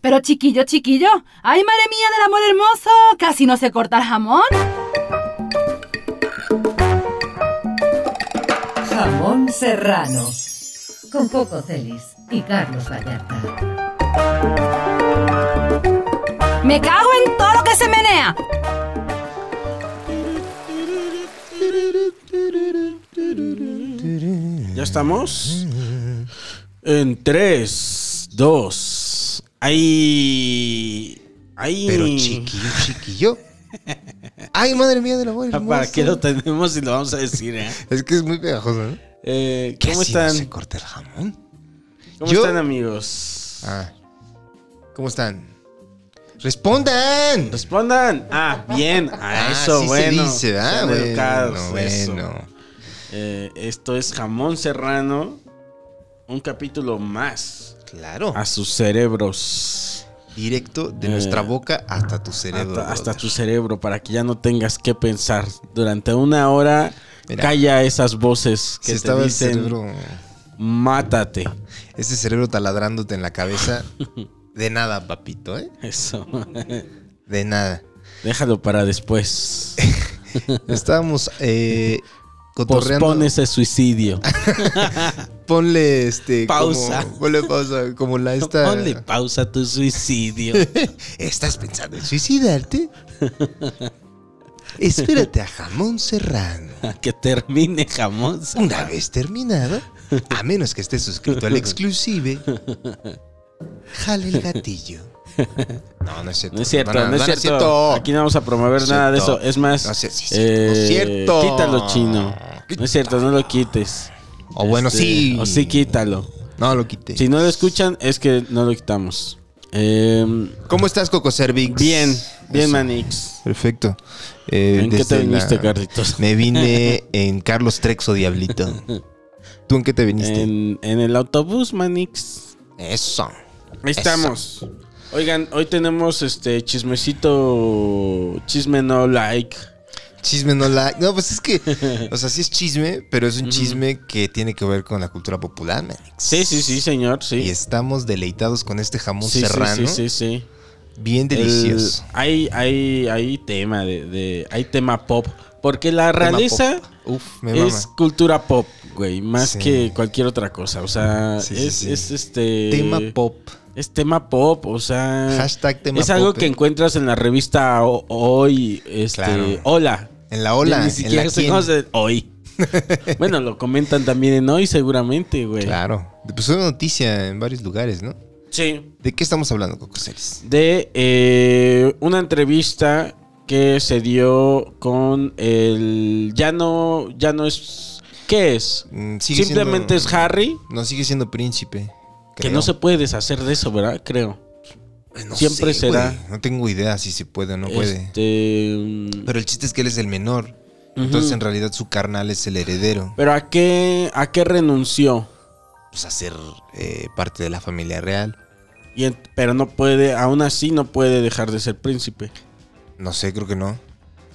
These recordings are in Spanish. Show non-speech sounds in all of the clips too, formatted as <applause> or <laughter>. Pero chiquillo, chiquillo, ¡ay, madre mía del amor hermoso! ¡Casi no se corta el jamón! Jamón Serrano. Con Coco Celis y Carlos Vallarta. ¡Me cago en todo lo que se menea! Ya estamos. En 3, 2. Ahí. Ahí. Pero chiquillo, chiquillo. Ay, madre mía del amor. Ah, ¿Para hermoso. qué lo tenemos y lo vamos a decir, <laughs> eh? Es que es muy pegajoso, ¿no? Eh, ¿Qué ¿Cómo así no están? se corta el jamón? ¿Cómo Yo- están, amigos? Ah. ¿Cómo están? ¡Respondan! Respondan. Ah, bien. Pues, A Ah, eso, sí bueno. Se dice, ah, Sean bueno, educados, eso. bueno. Eh, esto es Jamón Serrano. Un capítulo más Claro. a sus cerebros. Ah, Directo de Eh, nuestra boca hasta tu cerebro. hasta, hasta brother. tu cerebro para que ya no tengas que pensar. Durante una hora, Mira. calla esas voces Si que te estaba el dicen, cerebro, mátate. ese cerebro taladrándote en la cabeza, de nada, papito, ¿eh? <laughs> Eso. De nada. Déjalo para después. Estábamos eh, cotorreando. Pospone ese suicidio. Ponle este. Pausa. como- ponle pausa. Como la esta. <laughs> Ponle pausa a <laughs> tu suicidio. ¿Estás pensando en suicidarte? Espérate a Jamón Serrano. A que termine <laughs> jamón. Una vez terminado, a menos que estés suscrito al exclusive, jale el gatillo. No, no es cierto. No es cierto, No, no, no es no, no cierto. es cierto. Aquí no vamos a promover No es nada de cierto. eso. Es más, eh, No es cierto, sí es cierto, no es cierto. quítalo chino. No es cierto, no lo quites. O bueno, Este, sí. O sí, quítalo. No, lo quité. Si no lo escuchan, es que no lo quitamos. Eh, ¿Cómo estás, Coco Cervix? bien, bien, Eso. Manix. Perfecto. Eh, ¿En qué desde te viniste, la- Carlitos? Me <laughs> vine en Carlos Trexo, Diablito. ¿Tú en qué te viniste? En, en el autobús, Manix. Eso. Ahí estamos. Oigan, hoy tenemos este chismecito. Chisme no like. Chisme no like. No, pues es <laughs> que, o sea, sí es chisme, pero es un chisme que tiene que ver con la cultura popular, Manix. Sí, sí, sí, señor. Y Sí. estamos deleitados con este jamón Sí, sí, serrano. sí, sí, sí. Bien El- delicioso. hay, hay, hay tema de, de- Hay tema pop. Porque la Tema realeza pop. Uf, me es mama. cultura pop, güey. Más Sí. que cualquier otra cosa. O sea, Sí, sí, es, sí. es este. Tema pop. Es tema pop, o sea. Hashtag tema Es algo pop, que eh. encuentras en la revista O- Hoy. Este, Claro. Hola. En la ola. Ya Ni en la siquiera se quién. conoce <laughs> Hoy. bueno, lo comentan también en Hoy, seguramente, güey. Claro. Pues fue una noticia en varios lugares, ¿no? Sí. ¿De qué estamos hablando, Coco Celis? De eh, una entrevista que se dio con el. Ya no. Ya no es. ¿Qué es? Mm, sigue Simplemente siendo- es Harry. No, sigue siendo príncipe. Que no se puede deshacer de eso, ¿verdad? Creo. puede. siempre será. No tengo idea si se puede o no puede. Este, mm, Pero el chiste es que él es el menor. Entonces, en realidad, su carnal es el heredero. Pero a qué, a qué renunció. Pues a ser eh, parte de la familia real. Y en- pero no puede, aún así no puede dejar de ser príncipe. No sé, creo que no.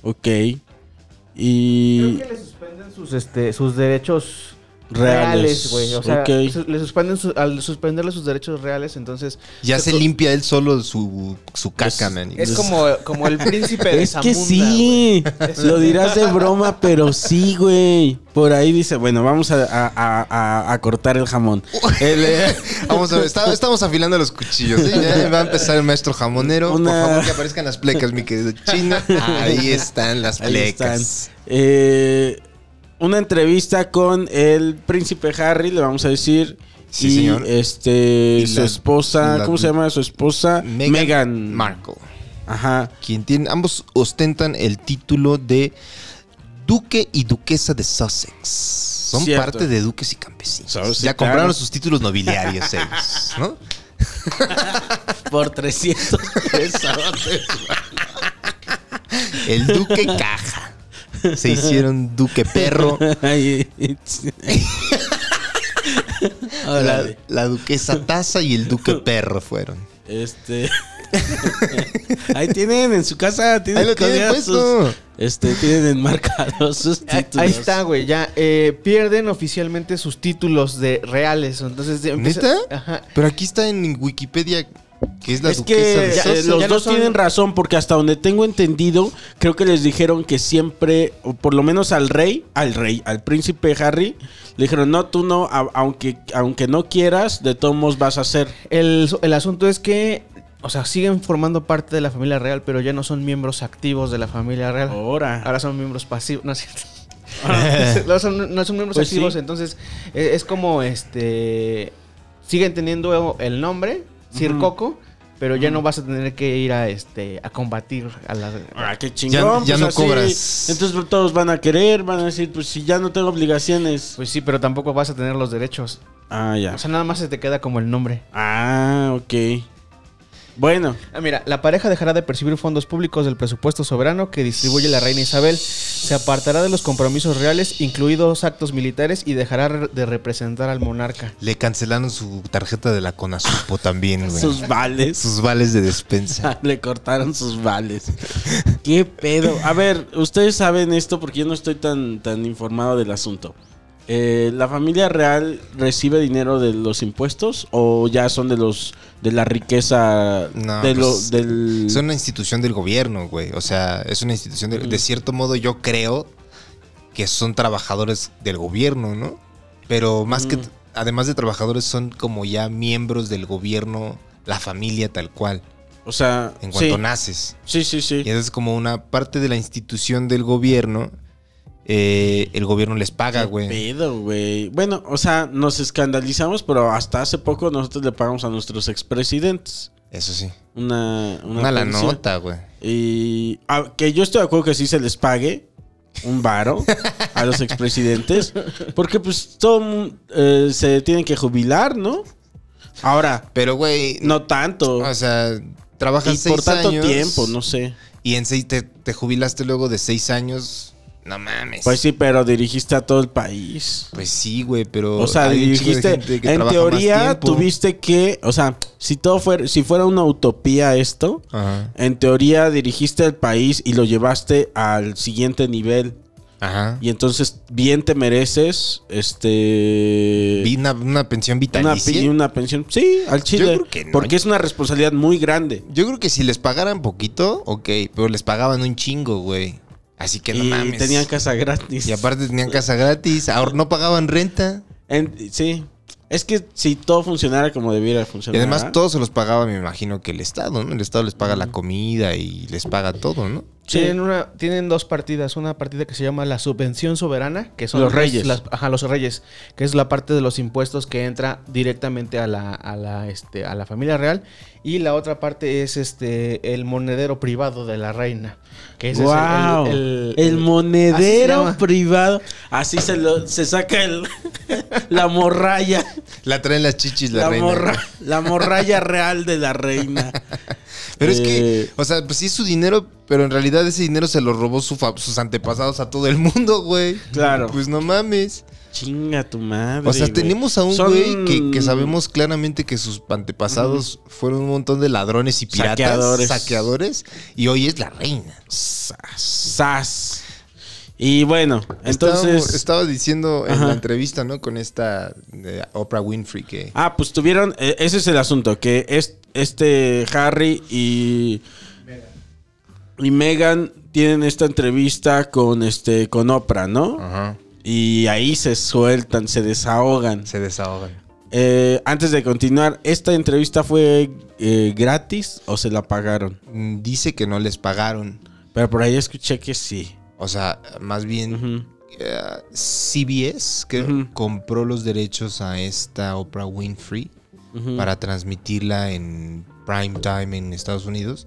Ok. Y. Creo que le suspenden sus, este, sus derechos Reales. reales, güey. O sea, Ok. su- le suspenden su- al suspenderle sus derechos reales, entonces. Ya se se co- limpia él solo su, su Pues, caca, man. pues, <laughs> Es como, como el príncipe <laughs> de Es que Zamunda, sí. güey. Es- Lo dirás de broma, pero sí, güey. Por ahí dice, bueno, vamos a, a- a- a- a cortar el jamón. El, eh, Vamos a ver, está- estamos afilando los cuchillos. ¿sí? Ya va a empezar el maestro jamonero. Una- Por favor, que aparezcan las plecas, mi querido <laughs> chino. Ahí están las ahí están. plecas. Eh, una entrevista con el príncipe Harry, le vamos a decir. Sí, y señor. este Y su la- esposa, la- ¿cómo se llama su esposa? Megan, Markle. Ajá. Quien tiene, ambos ostentan el título de duque y duquesa de Sussex. Son Cierto. parte de duques y campesinos. So- sí, ya compraron claro. sus títulos nobiliarios ellos, <laughs> ¿no? Por 300 El duque caja. Se hicieron duque perro. <laughs> Ay, it's- La, Órale. la duquesa taza y el duque perro fueron. Este. <laughs> Ahí tienen en su casa. Tienen Ahí lo tienen pues, colgados puesto. sus- Este, tienen enmarcados sus Ahí, títulos. ahí está, güey. Ya eh, pierden oficialmente sus títulos de reales. Entonces, de- empieza- ¿Neta? Ajá. Pero aquí está en Wikipedia ¿Qué es la Es duquesa que de ya, eh, Sussex? los Ya no dos son- tienen razón, porque hasta donde tengo entendido, creo que les dijeron que siempre, o por lo menos al rey, al rey, al príncipe Harry, le dijeron, no, tú no, a- aunque, aunque no quieras, de todos modos vas a ser. El, el asunto es que, o sea, siguen formando parte de la familia real, pero ya no son miembros activos de la familia real. Ahora. Ahora son miembros pasivos. No <laughs> es cierto. <laughs> no, son, no son miembros Ah. Pues activos, sí. entonces eh, es como este. Siguen teniendo el nombre, Sir Ujú. Coco, pero ya no vas a tener que ir a este a combatir a la. Ah, qué chingón. Ya- ya pues no así. cobras. Entonces todos van a querer, van a decir, pues si ya no tengo obligaciones. Pues sí, pero tampoco vas a tener los derechos. Ah, ya. O sea, nada más se te queda como el nombre. Ah, ok. Bueno, Ah, mira, la pareja dejará de percibir fondos públicos del presupuesto soberano que distribuye la reina Isabel, se apartará de los compromisos reales, incluidos actos militares, y dejará re- de representar al monarca. Le cancelaron su tarjeta de la Conasupo también, güey. Sus, sus vales. <laughs> Ah, vales de despensa. Le cortaron sus <laughs> vales. ¿Qué pedo? A ver, ustedes saben esto porque yo no estoy tan, tan informado del asunto. Eh, ¿La familia real recibe dinero de los impuestos o ya son de los de la riqueza No, de lo- pues, del Es una institución del gobierno, güey. O sea, es una institución del- Mm. De cierto modo, yo creo que son trabajadores del gobierno, ¿no? Pero más Mm. que... Además de trabajadores, son como ya miembros del gobierno, la familia tal cual, o sea, en sí, cuanto naces. sí, sí, sí. Y es como una parte de la institución del gobierno. eh, el gobierno les paga, ¿Qué güey. pedo, güey? Bueno, o sea, nos escandalizamos, pero hasta hace poco nosotros le pagamos a nuestros expresidentes Eso sí. una una, Una la pensión. nota, güey. Y ah, que yo estoy de acuerdo que sí se les pague un varo a los <laughs> expresidentes. Porque pues todo mu- eh, se tienen que jubilar, ¿no? Ahora, Pero, güey, no. no tanto. O sea, trabajas Y seis por tanto años tiempo, no sé. Y en seis te, te jubilaste luego de seis años. No mames. Pues sí, pero dirigiste a todo el país. Pues sí, güey, pero. O sea, hay un chingo de dirigiste. gente que En trabaja más teoría, tiempo. tuviste que. O sea, si todo fuera, si fuera una utopía esto, Ajá. en teoría dirigiste el país y lo llevaste al siguiente nivel. Ajá. Y entonces bien te mereces este Vi una, una pensión una, vitalicia. pi- una pensión. Sí, al chile. Yo creo que no. Porque es una responsabilidad muy grande. Yo creo que si les pagaran poquito, ok, pero les pagaban un chingo, güey. Así que no y mames. tenían casa gratis. Y aparte tenían casa gratis, ahora no pagaban renta. En- sí. Es que si todo funcionara como debiera Y funcionar. además todos se los pagaba, me imagino, que el Estado, ¿no? El Estado les paga la comida y les paga todo, ¿no? Sí. Tienen, una, tienen dos partidas. Una partida que se llama la subvención soberana, que son Los reyes. las- ajá, los reyes, que es la parte de los impuestos que entra directamente a la, a la, este, a la familia real. Y la otra parte es este el monedero privado de la reina. Que ese es el- Guau. el, el, el- así se monedero llama. privado. Así se, lo, se saca el, <laughs> la morralla. La traen las chichis la, La, reina. morra- la morralla real de la reina. Pero es que, Eh, o sea, pues sí es su dinero, pero en realidad ese dinero se lo robó su fa- sus antepasados a todo el mundo, güey. Claro. Pues no mames. Chinga tu madre. O sea, güey. tenemos a un Son güey que, que sabemos claramente que sus antepasados fueron un montón de ladrones y piratas, Saqueadores. saqueadores, y hoy es la reina. Sas, sas. Y bueno, Entonces, entonces. estaba diciendo en Ajá. la entrevista, ¿no? Con esta eh, Oprah Winfrey que Ah, pues tuvieron. eh, ese es el asunto, que es, este Harry y. Y Megan tienen esta entrevista con este con Oprah, ¿no? ajá, Y ahí se sueltan, se desahogan. se desahogan. Eh, antes de continuar, ¿esta entrevista fue eh, gratis o se la pagaron? Mm, Dice que no les pagaron. Pero por ahí escuché que sí. O sea, más bien Ujú. eh, CBS que Ujú. compró los derechos a esta Oprah Winfrey Ujú. para transmitirla en prime time en Estados Unidos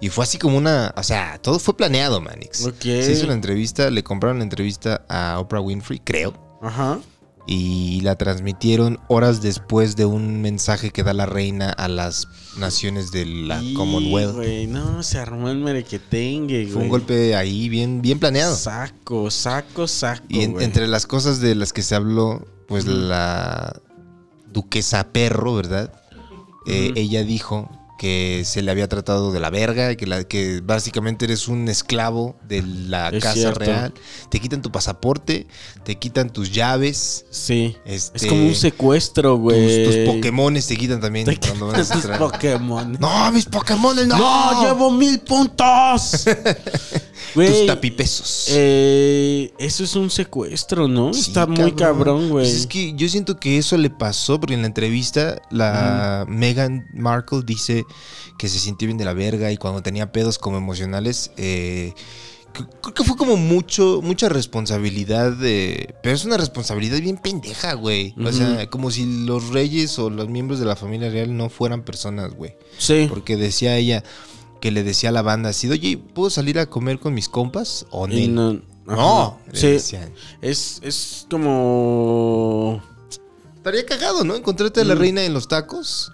y fue así como una, o sea, todo fue planeado, Manix. Ok. Se hizo la entrevista, le compraron la entrevista a Oprah Winfrey, creo, Ajá. y la transmitieron horas después de un mensaje que da la reina a las naciones de la Sí, Commonwealth. güey, no, se armó el merequetengue, güey. Fue un golpe ahí bien bien planeado. Saco, saco, saco. Y en- güey. entre las cosas de las que se habló, pues la duquesa perro, ¿verdad? Eh, Ujú. Ella dijo que se le había tratado de la verga, que, la, que básicamente eres un esclavo de la Es casa cierto. real. Te quitan tu pasaporte, te quitan tus llaves, Sí. Este, es como un secuestro, güey. tus, tus Pokémones te quitan también. <laughs> Te cuando quitan van a tus entrar. Pokémon. No, mis Pokémones, no. ¡No! ¡Llevo mil <laughs> puntos! tus Güey, tapipesos. eh, eso es un secuestro, ¿no? Sí, Está muy cabrón, güey. Pues es que yo siento que eso le pasó, porque en la entrevista la Meghan Markle dice que se sintió bien de la verga y cuando tenía pedos como emocionales, eh, c- creo que fue como mucho, mucha responsabilidad, de, pero es una responsabilidad bien pendeja, güey. O sea, como si los reyes o los miembros de la familia real no fueran personas, güey. Sí. Porque decía ella que le decía a la banda así, oye, ¿puedo salir a comer con mis compas? O Y no. no, No, ajá, le sí. decían. Es, es como. Estaría cagado, ¿no? Encontrarte a Mm. la reina en los tacos.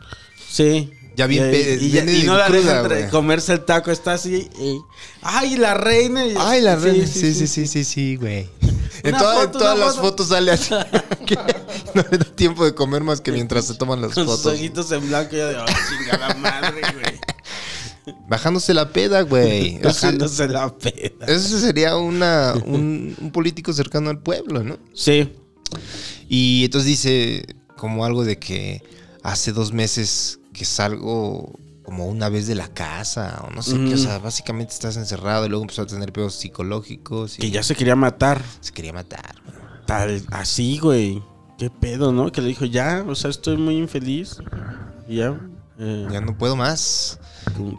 Sí. Ya bien y, pe- y- y- viene y no la cruda, dejan tra- güey. comerse el taco, está así. y- ¡Ay, la reina! y- Ay, la sí, reina. Sí, sí, sí, sí, sí, güey. En, <laughs> Una toda- en foto, todas una las foto. fotos sale así. <laughs> que no le da tiempo de comer más que mientras se toman las Con sus fotos. ojitos en blanco, yo de, ¡ay, chingada madre, <laughs> güey! Bajándose la peda, <laughs> güey. Eso, Bajándose la peda. eso sería una, un, un político cercano al pueblo, ¿no? Sí. Y entonces dice como algo de que hace dos meses que salgo como una vez de la casa o no sé qué. O Ujú. sea, básicamente estás encerrado y luego empezó a tener pedos psicológicos. Y Que ya se quería matar. Se quería matar. güey. Tal, así, güey. Qué pedo, ¿no? Que le dijo, ya, o sea, estoy muy infeliz. Y ya. eh, Ya no puedo más.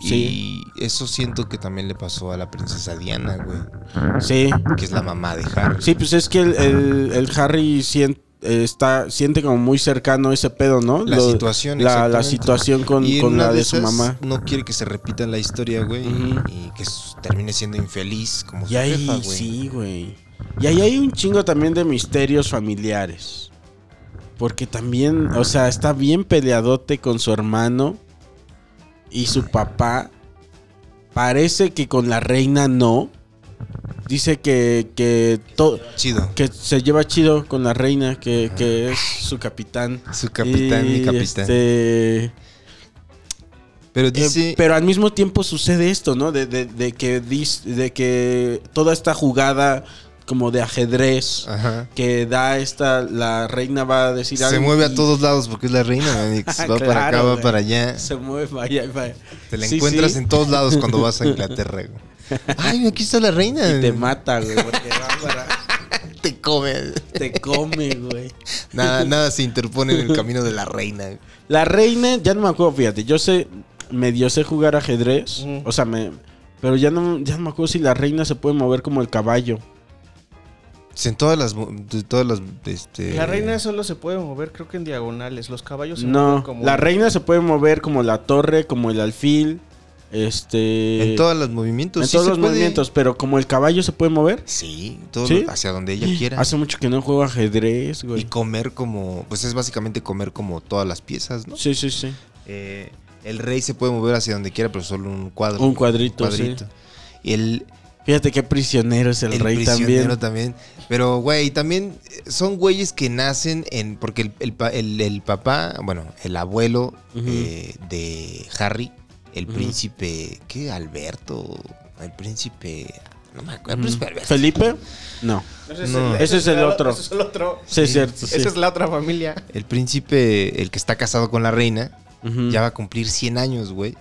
Sí, Y eso siento que también le pasó a la princesa Diana, güey. sí. Que es la mamá de Harry. Sí, pues es que el, el- el Harry siente, está, siente como muy cercano ese pedo, ¿no? La Lo- situación, La, la exactamente. situación con, Y en con una la de su esas, mamá. No quiere que se repita la historia, güey. Ujú. Y que s- termine siendo infeliz como Y su ahí, jefa, Pues güey. sí, güey. Y ahí hay un chingo también de misterios familiares. Porque también, o sea, está bien peleadote con su hermano y su papá. Parece que con la reina no. Dice que, que, to- Chido. que se lleva chido con la reina, que, que es su capitán. Su capitán, mi Y, capitán. este, Pero eh, dice. pero al mismo tiempo sucede esto, ¿no? De, de- de que, dis- de que toda esta jugada como de ajedrez Ajá. que da esta, la reina va a decir Ah. Se algo mueve y a todos lados porque es la reina, <laughs> Manix. Va para acá, Claro, va güey. para allá. Se mueve, vaya, vaya. Te la Sí, encuentras sí, en todos lados cuando vas a Inglaterra, güey. <laughs> Ay, aquí está la reina. <laughs> Y te mata, güey, porque va para- Te come. te come, güey. Nada, nada se interpone en el camino de la reina. güey. La reina, ya no me acuerdo, fíjate, yo sé, medio sé jugar ajedrez, o sea, me, pero ya no, ya no me acuerdo si la reina se puede mover como el caballo. En todas las. mu- de todas las este, La reina solo se puede mover, creo que en diagonales. Los caballos se mueven No, como- la reina se puede mover como la torre, como el alfil, este... En todos los movimientos. en sí todos se los puede. movimientos, pero como el caballo se puede mover. Sí, todo ¿Sí? lo- hacia donde ella quiera. Hace mucho que no juego ajedrez, güey. Y comer como. Pues es básicamente comer como todas las piezas, ¿no? Sí, sí, sí. Eh, el rey se puede mover hacia donde quiera, pero solo un cuadro. Un cuadrito, sí. Y el, Fíjate qué prisionero es el, el rey prisionero también. también. Pero, güey, también eh, son güeyes que nacen en. Porque el, el pa- el- el papá, bueno, el abuelo Ujú. eh, de Harry, el Ujú. príncipe. ¿Qué? Alberto. El príncipe. No me acuerdo. el Ujú. príncipe Alberto. Mm. ¿Felipe? No. No. Ese es el la- otro. Ese es el otro. Sí, es cierto. sí. Esa es la otra familia. El príncipe, el que está casado con la reina, Ujú. ya va a cumplir 100 años, güey.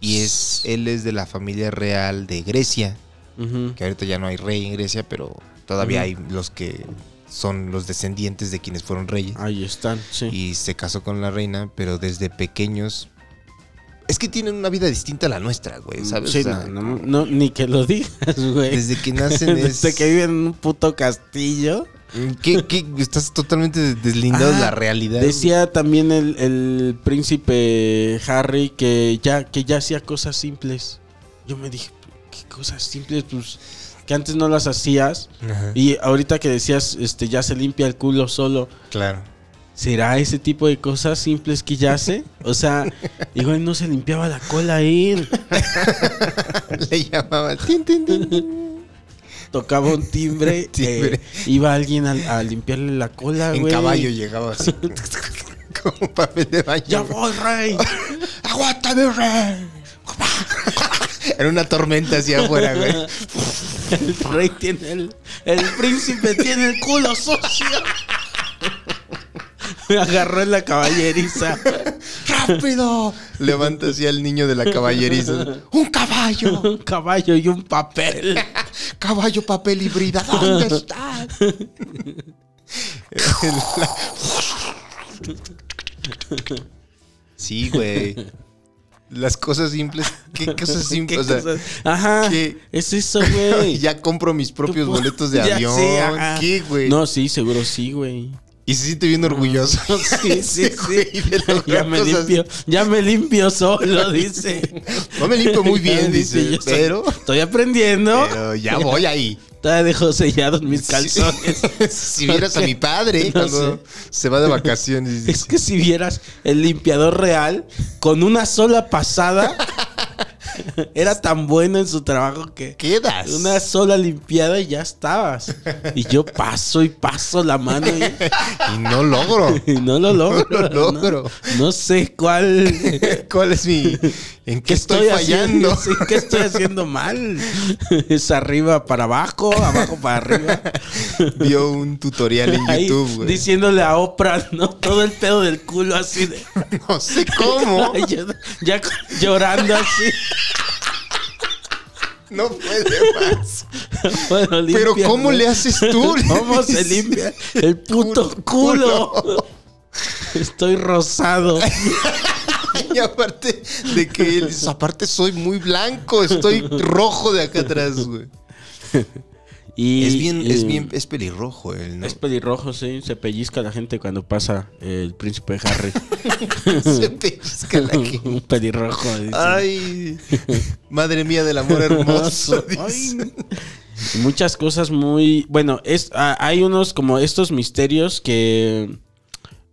Y es, él es de la familia real de Grecia, Ujú. que ahorita ya no hay rey en Grecia, pero todavía Ujú. hay los que son los descendientes de quienes fueron reyes. Ahí están, sí. Y se casó con la reina, pero desde pequeños... Es que tienen una vida distinta a la nuestra, güey, ¿sabes? Mm, Sí, O sea, no, no, no, ni que lo digas, güey. Desde <laughs> que nacen es... Desde que viven en un puto castillo. ¿Qué- qué? Estás totalmente deslindado de Ah, la realidad. güey. Decía también el, el príncipe Harry que ya, que ya hacía cosas simples. Yo me dije, ¿qué cosas simples? Pues que antes no las hacías. Ajá, Y ahorita que decías, este, ya se limpia el culo solo. <laughs> claro. <laughs> ¿Será ese tipo de cosas simples que ya hace? <laughs> O sea, igual no se limpiaba la cola él. Le Ah, llamaba... "Tin, tin, tin, tin". Tocaba un timbre. <laughs> Timbre. eh, iba alguien a, a limpiarle la cola, En güey. <laughs> caballo llegaba así. <laughs> como papel de baño. ¡Ya güey. voy, rey! ¡Aguántame, rey! <laughs> Era una tormenta hacia afuera, <laughs> güey. El rey tiene el. El príncipe tiene el culo sucio. <laughs> Me <laughs> agarró en la caballeriza. <laughs> ¡Rápido! Levanta así al niño de la caballeriza. ¡Un caballo! Un caballo y <laughs> un papel. <laughs> Caballo, papel y brida, ¿dónde está? sí, güey. Las cosas simples. ¿Qué cosas ¿Qué simples? O sea, cosas? Ajá. ¿qué? Es eso, <laughs> güey. ya compro mis propios boletos de <laughs> Ya avión. sé, ajá. ¿Qué, güey? No, sí, seguro <laughs> sí, güey. Y se siente bien <laughs> orgulloso. Sí, sí, Ese güey sí. de lograr <laughs> Ya me cosas. limpio, ya me limpio solo, <laughs> dice. No me limpio muy <laughs> bien, dice. yo soy- pero, Estoy aprendiendo. <laughs> pero ya voy ahí. Todavía dejo sellados mis calzones. <laughs> si vieras a mi padre <laughs> No cuando se va de vacaciones. dice, Es que si vieras el limpiador real con una sola pasada, era tan bueno en su trabajo que quedas. una sola limpiada y ya estabas. Y yo paso y paso la mano y, Y no <laughs> logro. y <laughs> no lo logro. No lo logro. No, no sé cuál. ¿Cuál es mi. ¿En qué, estoy, haciendo? fallando? <laughs> Sí, ¿Qué estoy haciendo mal? Es arriba para abajo, abajo <laughs> para arriba. Vio un tutorial en Ahí, YouTube, güey. diciéndole a Oprah, ¿no? Todo el pedo del culo así de. No sé cómo. <laughs> Ay, yo- ya con- <laughs> llorando así. No puede más. Bueno, Pero limpia, ¿cómo güey. le haces tú? Le ¿Cómo se dices, limpia el <laughs> puto culo? <laughs> culo? Estoy rosado. Y aparte de que él dice, aparte soy muy blanco, estoy rojo de acá atrás, güey. Y, Es bien, es y- bien, es pelirrojo él, ¿no? Es <laughs> pelirrojo, sí. Se pellizca la gente cuando pasa el príncipe Harry. <laughs> Se pellizca <laughs> la Ah, gente. Un pelirrojo. dice. Ay, madre mía del amor hermoso. dice. Pues, Y Muchas cosas muy. Bueno, es, ah, hay unos como estos misterios que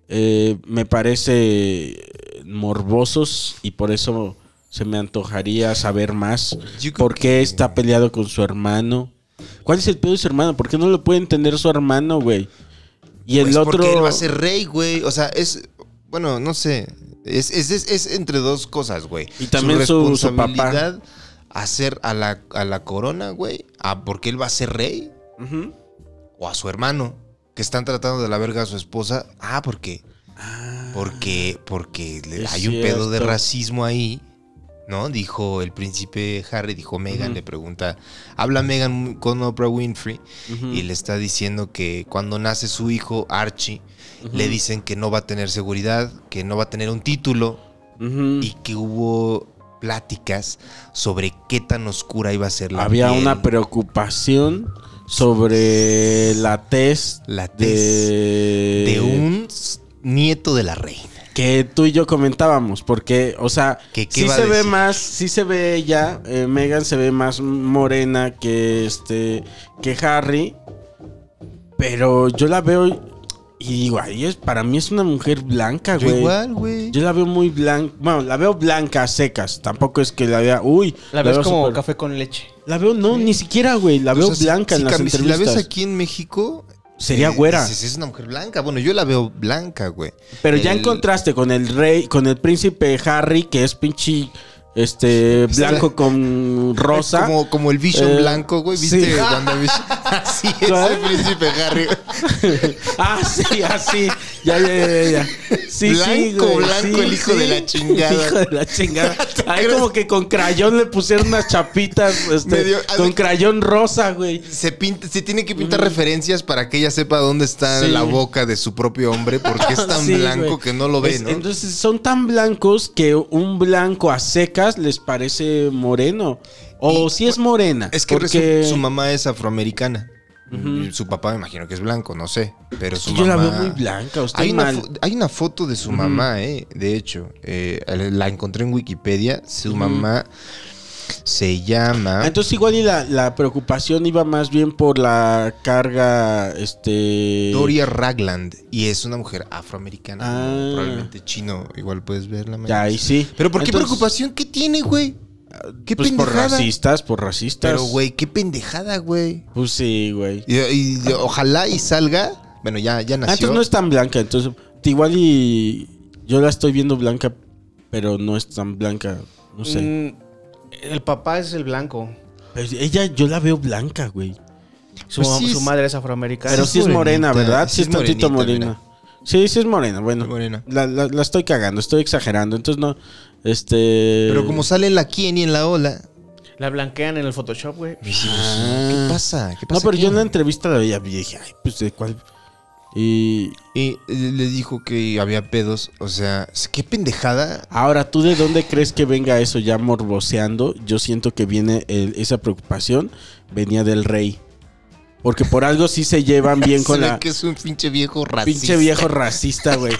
eh, me parece morbosos y por eso se me antojaría saber más. Yo creo ¿Por qué que- está peleado con su hermano? ¿Cuál es el pedo de su hermano? ¿Por qué no lo puede entender su hermano, güey? Y el Pues otro. Porque él va a ser rey, güey. O sea, es. Bueno, no sé. Es, es- es- es entre dos cosas, güey. Y también su- su papá. hacer a la, a la corona, güey. A porque él va a ser rey. Ujú. O a su hermano. Que están tratando de la verga a su esposa. Ah, ¿por qué? Ah, Porque, porque le- es hay un pedo de cierto. racismo ahí. ¿No? Dijo el príncipe Harry, dijo Megan, Ujú. le pregunta. Habla Megan con Oprah Winfrey Ujú. y le está diciendo que cuando nace su hijo Archie, le dicen que no va a tener seguridad, que no va a tener un título Ujú. y que hubo pláticas sobre qué tan oscura iba a ser la Había piel. una preocupación sobre la test La tez de, de un s- nieto de la reina. que tú y yo comentábamos, porque, o sea, ¿Que qué sí va a se ve decir? más, sí se ve ella, eh, Megan se ve más morena que este, que Harry, pero yo la veo y digo, ahí es, para mí es una mujer blanca, Yo güey. igual, güey. Yo la veo muy blanca, bueno, la veo blanca a secas, tampoco es que la vea, uy, La ves como súper- café con leche. La veo, no, ni siquiera, güey, la O veo sea, si- blanca si en las Cami- Si la entrevistas. ves aquí en México... Sería eh, güera. dices, es una mujer blanca. Bueno, yo la veo blanca, güey. Pero ya en El- contraste con el rey, con el príncipe Harry, que es pinche este <laughs> blanco con rosa. Como, como el Vision Eh, blanco, güey. ¿Viste? <laughs> sí. WandaVision? <laughs> Así es ¿Cuál? el príncipe Harry. <laughs> Ah, sí, así. Ya, ya, ya, ya. Sí, sí, Blanco, güey, blanco, sí, el hijo de la chingada. <laughs> Hijo de <laughs> la chingada. Ahí crees? como que con crayón le pusieron unas chapitas, este, Medio- con crayón rosa, güey. Se, pinta, se tiene que pintar referencias para que ella sepa dónde está Mm. Sí. la boca de su propio hombre, porque <laughs> es tan Sí, blanco güey. que no lo ve, Es- ¿no? Entonces son tan blancos que un blanco a secas les parece moreno. O Y- si es morena. es que porque... resu- su mamá es afroamericana. Y Su papá me imagino que es blanco, no sé. Pero su que yo la mamá- veo muy blanca, estoy Hay una, mal. fo- hay una foto de su mamá, eh, de hecho. eh, la encontré en Wikipedia. Su mamá se llama... Ah, Entonces igual y la, la preocupación iba más bien por la carga, este... Doria Ragland. Y es una mujer afroamericana. Ah. Probablemente chino. Igual puedes verla. Ya, ahí sí. Pero ¿por qué Entonces, preocupación? ¿Qué tiene, güey? ¿Qué Pues por pendejada? racistas, por racistas. Pero, güey, qué pendejada, güey. Pues sí, güey. Y, y- y ojalá y salga. Bueno, ya, ya Ah, nació. entonces no es tan blanca, entonces igual y... Yo la estoy viendo blanca, pero no es tan blanca. No sé. Mm, el papá es el blanco. Pero ella, yo la veo blanca, güey. Su, Pues sí, su es- madre es afroamericana. Pero es sí es morena, morenita, ¿verdad? sí Sí es es tantito morenita, morena. Sí, sí es morena. Bueno, Morena. La, la- la estoy cagando, estoy exagerando. Entonces no, este... Pero como sale en la quien y en la ola. pues, La blanquean en el Photoshop, güey. Ah. ¿Qué pasa? ¿Qué No, pasa pero aquí? yo en la entrevista la veía y dije, ay, pues de cuál... Y Y eh, le dijo que había pedos. O sea, qué pendejada. ahora, ¿tú de dónde crees que venga eso ya morboseando? Yo siento que viene el- esa preocupación, venía del rey. Porque por algo sí se <laughs> llevan bien con Se ve la... que es un pinche viejo racista. Pinche viejo racista, güey.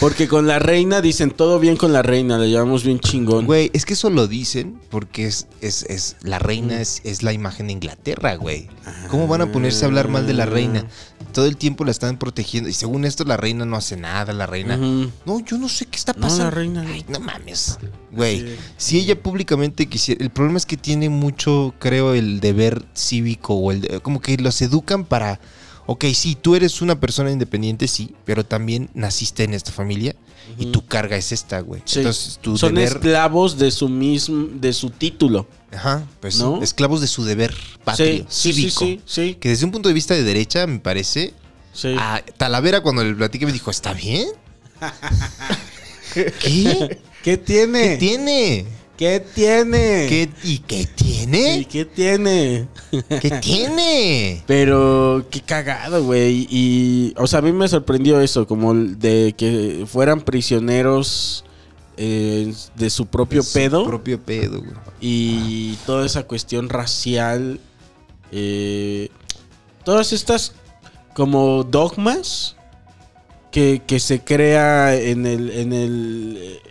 Porque con la reina dicen todo bien con la reina, la llevamos bien chingón. Güey, es que eso lo dicen porque es, es, es la reina es, es la imagen de Inglaterra, güey. ¿Cómo van Ah. a ponerse a hablar mal de la reina? Todo el tiempo la están protegiendo. Y según esto, la reina no hace nada, la reina. Ujú. No, yo no sé qué está No, la pasando. reina no. Ay, no mames. Güey, Sí. si ella públicamente quisiera. El problema es que tiene mucho, creo, el deber cívico o el. de- como que los educan para. Ok, sí, tú eres una persona independiente, sí, pero también naciste en esta familia y tu carga es esta, güey. Sí. Entonces, tu Son este, deber. esclavos de su mismo, de su título. Ajá, pues ¿No? sí, esclavos de su deber patrio, Sí, sí, cívico. Sí, sí, sí, Que desde un punto de vista de derecha, me parece. sí. A Talavera, cuando le platiqué, me dijo: ¿Está <laughs> bien? ¿Qué? ¿Qué ¿Qué tiene? tiene? ¿Qué tiene? ¿Qué- ¿Y qué Sí, tiene? ¿Qué tiene? ¿Qué tiene? Pero qué cagado, güey. Y, o sea, a mí me sorprendió eso, como el de que fueran prisioneros eh, de su propio Pues, Su pedo Propio pedo, güey. y toda esa cuestión racial. eh, todas estas como dogmas que, que se crea en el, en el eh,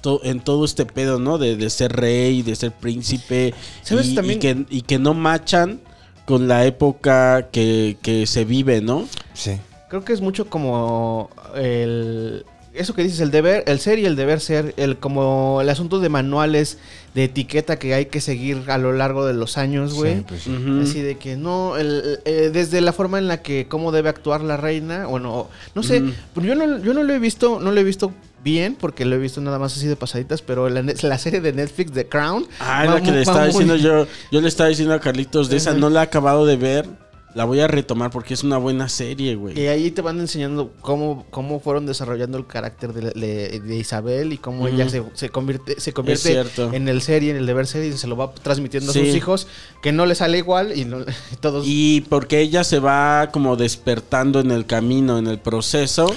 to- en todo este pedo, ¿no? De, de ser rey, de ser príncipe. ¿Sabes y, y también? que, y que no machan con la época que, que se vive, ¿no? Sí. Creo que es mucho como el... Eso que dices, el deber, el ser y el deber ser, el como el asunto de manuales, de etiqueta que hay que seguir a lo largo de los años, güey. Sí, pues sí. Ujú. Así de que no, el- eh, desde la forma en la que cómo debe actuar la reina, o no, no sé, Mm. pues yo no, yo no lo he visto, no lo he visto bien, porque lo he visto nada más así de pasaditas, pero la, ne- la serie de Netflix, The Crown, Ah, va la que mu- le va estaba muy- diciendo yo. Yo le estaba diciendo a Carlitos de esa, Ajá. no la he acabado de ver. La voy a retomar porque es una buena serie, güey. que ahí te van enseñando cómo, cómo fueron desarrollando el carácter de, la- de- de Isabel y cómo Ujú. ella se, se convierte, se convierte cierto. en el ser y en el deber ser y se lo va transmitiendo a Sí. sus hijos, que no le sale igual y no- <laughs> todos... Y porque ella se va como despertando en el camino, en el proceso.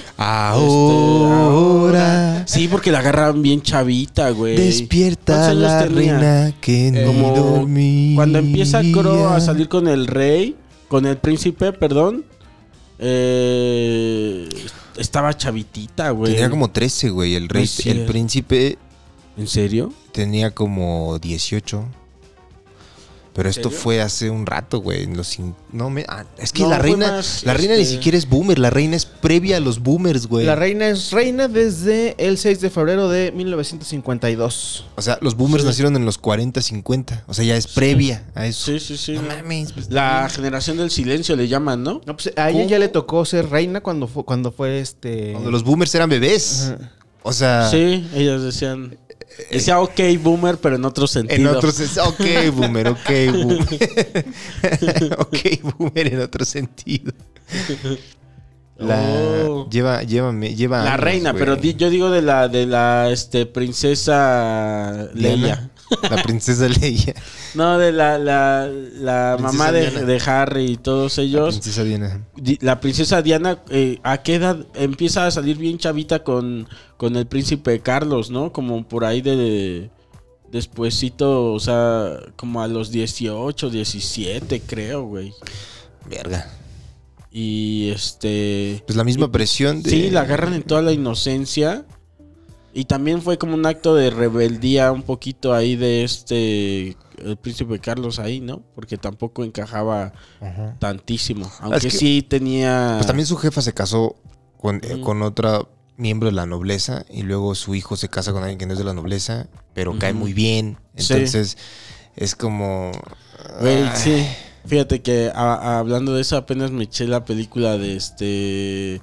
Este, Ahora Sí, porque la agarran bien chavita, güey. despierta ¿Cuántos años la tenía? Eh, reina que ni Como dormía. Cuando empieza Cro a salir con el rey, con el príncipe, perdón. eh, estaba chavitita, güey. Tenía como 13, güey. El rey, No es el cierto. príncipe ¿En serio? tenía como 18. Pero esto serio? fue hace un rato, güey. en los cin- no me- ah, es que No, la fue reina, más, la reina ni este- siquiera es boomer, la reina es previa a los boomers, güey. La reina es reina desde el 6 de febrero de 1952. O sea, los boomers Sí. nacieron en los 40, 50. O sea, ya es previa a eso. Sí, sí, sí. No mames. pues, La generación del silencio le llaman, ¿no? No, pues a ella ¿Cómo? ya le tocó ser reina cuando fue, cuando fue este. Cuando los boomers eran bebés. Ajá. O sea, Sí, ellos decían. Decía ok, boomer, pero en otro sentido. Eh, en otros es- Ok, boomer, ok, boomer. <laughs> ok, boomer en otro sentido. La, Oh. lleva, llévame, lleva La años, reina, güey. pero di- yo digo de la de la este princesa Leia. Diana, La princesa <laughs> Leia. No, de la la, la Princesa mamá de, Diana. de Harry y todos La ellos. princesa Diana. Di- La princesa Diana, eh, ¿a qué edad empieza a salir bien chavita con, con el príncipe Carlos, no? Como por ahí de despuesito, o sea, como a los 18, 17, creo, güey. Verga. Y este... Pues la misma presión de. Sí, la agarran en toda la inocencia. Y también fue como un acto de rebeldía un poquito ahí de este el príncipe Carlos ahí, ¿no? Porque tampoco encajaba Ajá. tantísimo. Aunque que- sí tenía. Pues también su jefa se casó con, eh, Ujú. con otra miembro de la nobleza y luego su hijo se casa con alguien que no es de la nobleza, pero cae Ujú. muy bien. Sí. Entonces es como... ah, Güey, ay, sí. Fíjate que a- a- hablando de eso, apenas me eché la película de este.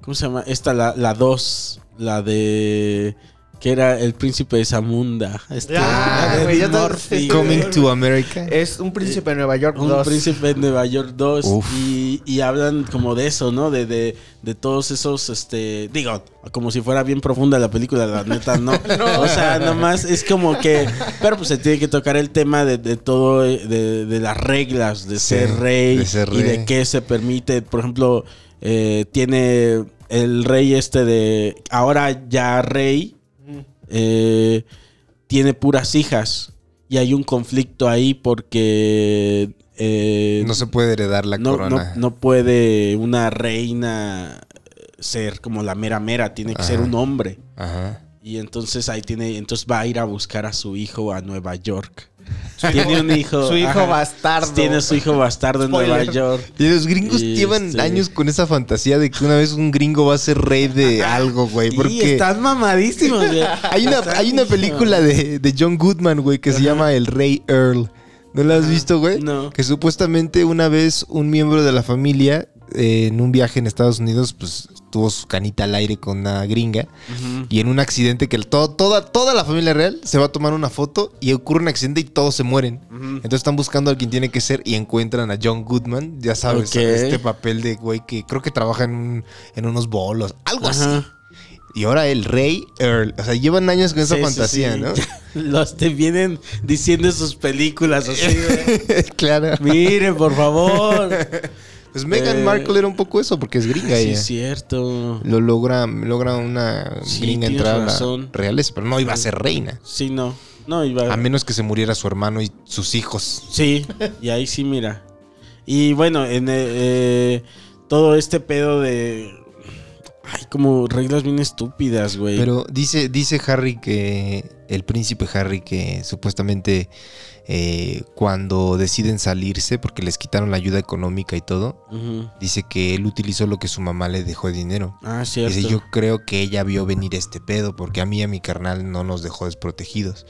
¿Cómo se llama? Esta, la la 2. La de. Que era el príncipe de Zamunda. Este, Ah, la de güey, ya Eddie te- Murphy. Coming to America. Eh, Es un príncipe de Nueva York Un 2. príncipe en Nueva York 2 Uf. y, y hablan como de eso, ¿no? De, de, de todos esos, este, digo, como si fuera bien profunda la película, la neta, no. O sea, nomás es como que, pero pues se tiene que tocar el tema de, de todo, eh, de, de las reglas de Sí, ser, rey, de ser y de rey. qué se permite. Por ejemplo, eh, tiene el rey este de, ahora ya rey, eh, tiene puras hijas y hay un conflicto ahí porque eh, no se puede heredar la no- corona. no- no puede una reina eh, ser como la mera mera, tiene que ser Ajá. un hombre. Ajá. Y entonces ahí tiene, entonces va a ir a buscar a su hijo a Nueva <laughs> York. Tiene un hijo. Su hijo ajá. bastardo. Tiene a su hijo bastardo en Nueva Spoiler. York. Y los gringos Y llevan este- años con esa fantasía de que una vez un gringo va a ser rey <laughs> de algo, güey. Y Porque están mamadísimos, güey. <laughs> hay una, Están- hay una película de, de John Goodman, güey, que se llama El Rey Earl. ¿No la has visto, güey? No. Que supuestamente una vez un miembro de la familia eh, en un viaje en Estados Unidos, pues tuvo su canita al aire con una gringa. Ujú. Y en un accidente que el- todo- toda, toda la familia real se va a tomar una foto y ocurre un accidente y todos se mueren. Entonces están buscando a quien tiene que ser y encuentran a John Goodman, ya sabes, Ok. este papel de güey que creo que trabaja en, un- en unos bolos, algo así. Ajá. Y ahora el rey Earl. O sea, llevan años con esa Sí, sí, fantasía, <laughs> sí. Los te vienen diciendo en sus películas así, güey. <laughs> ¿no? claro. Mire, por favor. Pues Meghan Eh, Markle era un poco eso porque es gringa Sí, ella. es cierto. Lo logra, logra una Sí, gringa tienes entrar a la razón. realeza, pero no iba a ser reina. Sí, no. No, iba. A menos que se muriera su hermano y sus hijos. Sí, y ahí sí, mira. Y bueno, en eh, eh, todo este pedo de. Ay, como reglas bien estúpidas, güey. Pero dice, dice Harry que el príncipe Harry que supuestamente eh, cuando deciden salirse porque les quitaron la ayuda económica y todo, Ujú. dice que él utilizó lo que su mamá le dejó de dinero. Ah, cierto. Dice, yo creo que ella vio venir este pedo porque a mí y a mi carnal no nos dejó desprotegidos.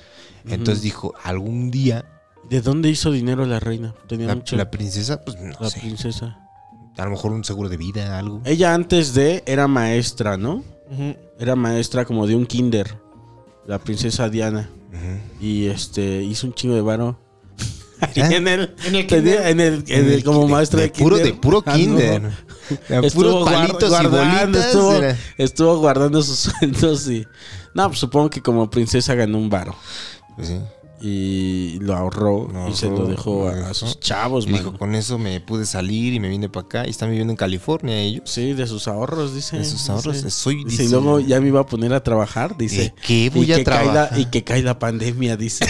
Entonces dijo, algún día ¿De dónde hizo dinero la reina? Tenía la, mucho. la princesa, pues no la sé, princesa. a lo mejor un seguro de vida, algo. Ella antes de era maestra, ¿no? Ujú. Era maestra como de un kinder. La princesa Diana. Ujú. Y este hizo un chingo <laughs> de varo. Mira. en el, En el tenía- en el- en el- como de- maestra eh, de, de puro de kinder. puro Ah, no. kinder. De Estuvo puros guar- palitos y guardando, bolitas. estuvo, era- estuvo guardando sus <laughs> sueldos y... No, pues supongo que como princesa ganó un varo. Pues sí. Y lo ahorró Lo y se ahorró, lo dejó a, lo a sus dejó. chavos, Y dijo, mano. con eso me pude salir y me vine para acá. Y están viviendo en California ellos. Sí, de sus ahorros, dice. De sus ahorros, dice. soy- Dice, dice- y eh, luego ya me iba a poner a trabajar, dice. ¿De qué voy y a que cae la- trabajar? y que cae la pandemia, <laughs> dice.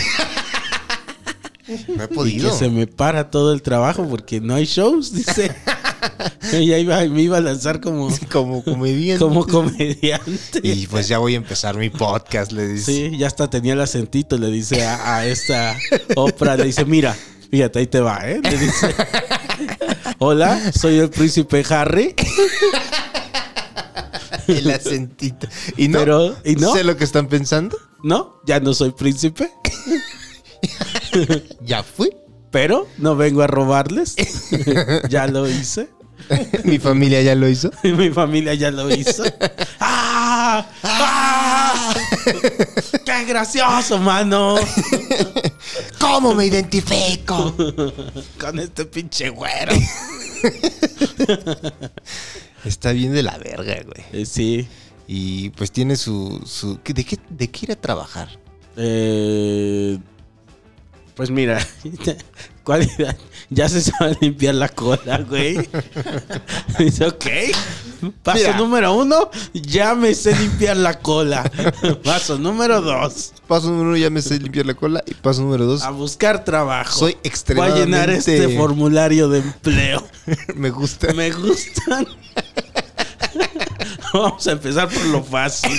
No he Y que podido. <laughs> se me para todo el trabajo porque no hay shows, dice. Ella iba, me iba a lanzar como, <laughs> Como comediante. <laughs> como comediante. Y pues ya voy a empezar mi podcast, le dice. Sí, ya hasta tenía el acentito, le dice a, a esta Oprah, le dice, mira, fíjate, ahí te va, ¿eh? Le dice, <laughs> hola, soy el príncipe Harry, <laughs> El acentito. Y no, Pero, ¿y no? sé lo que están pensando. ¿no? Ya no soy príncipe, Ya fui. <laughs> pero no vengo a robarles, <laughs> ya lo hice, <laughs> Mi familia ya lo hizo. mi familia ya lo hizo. ¡Ah! ¡Ah! ¡Qué <laughs> gracioso, mano! <laughs> ¿Cómo me identifico? Con este pinche güero. <laughs> Está bien de la verga, güey. Eh, sí, Y pues tiene su. su ¿qué- ¿de, qué, ¿De qué ir a trabajar? Eh, pues mira, <laughs> cualidad. Ya se sabe limpiar la cola, güey. <laughs> Dice, ok. Paso Mira. número uno, ya me sé limpiar la cola. <laughs> Paso número dos, Paso número uno, ya me sé limpiar la cola. Y paso número dos, a buscar trabajo. soy Voy a extremadamente. llenar este formulario de empleo. <laughs> Me gusta. <laughs> Me gustan. Vamos a empezar por lo fácil.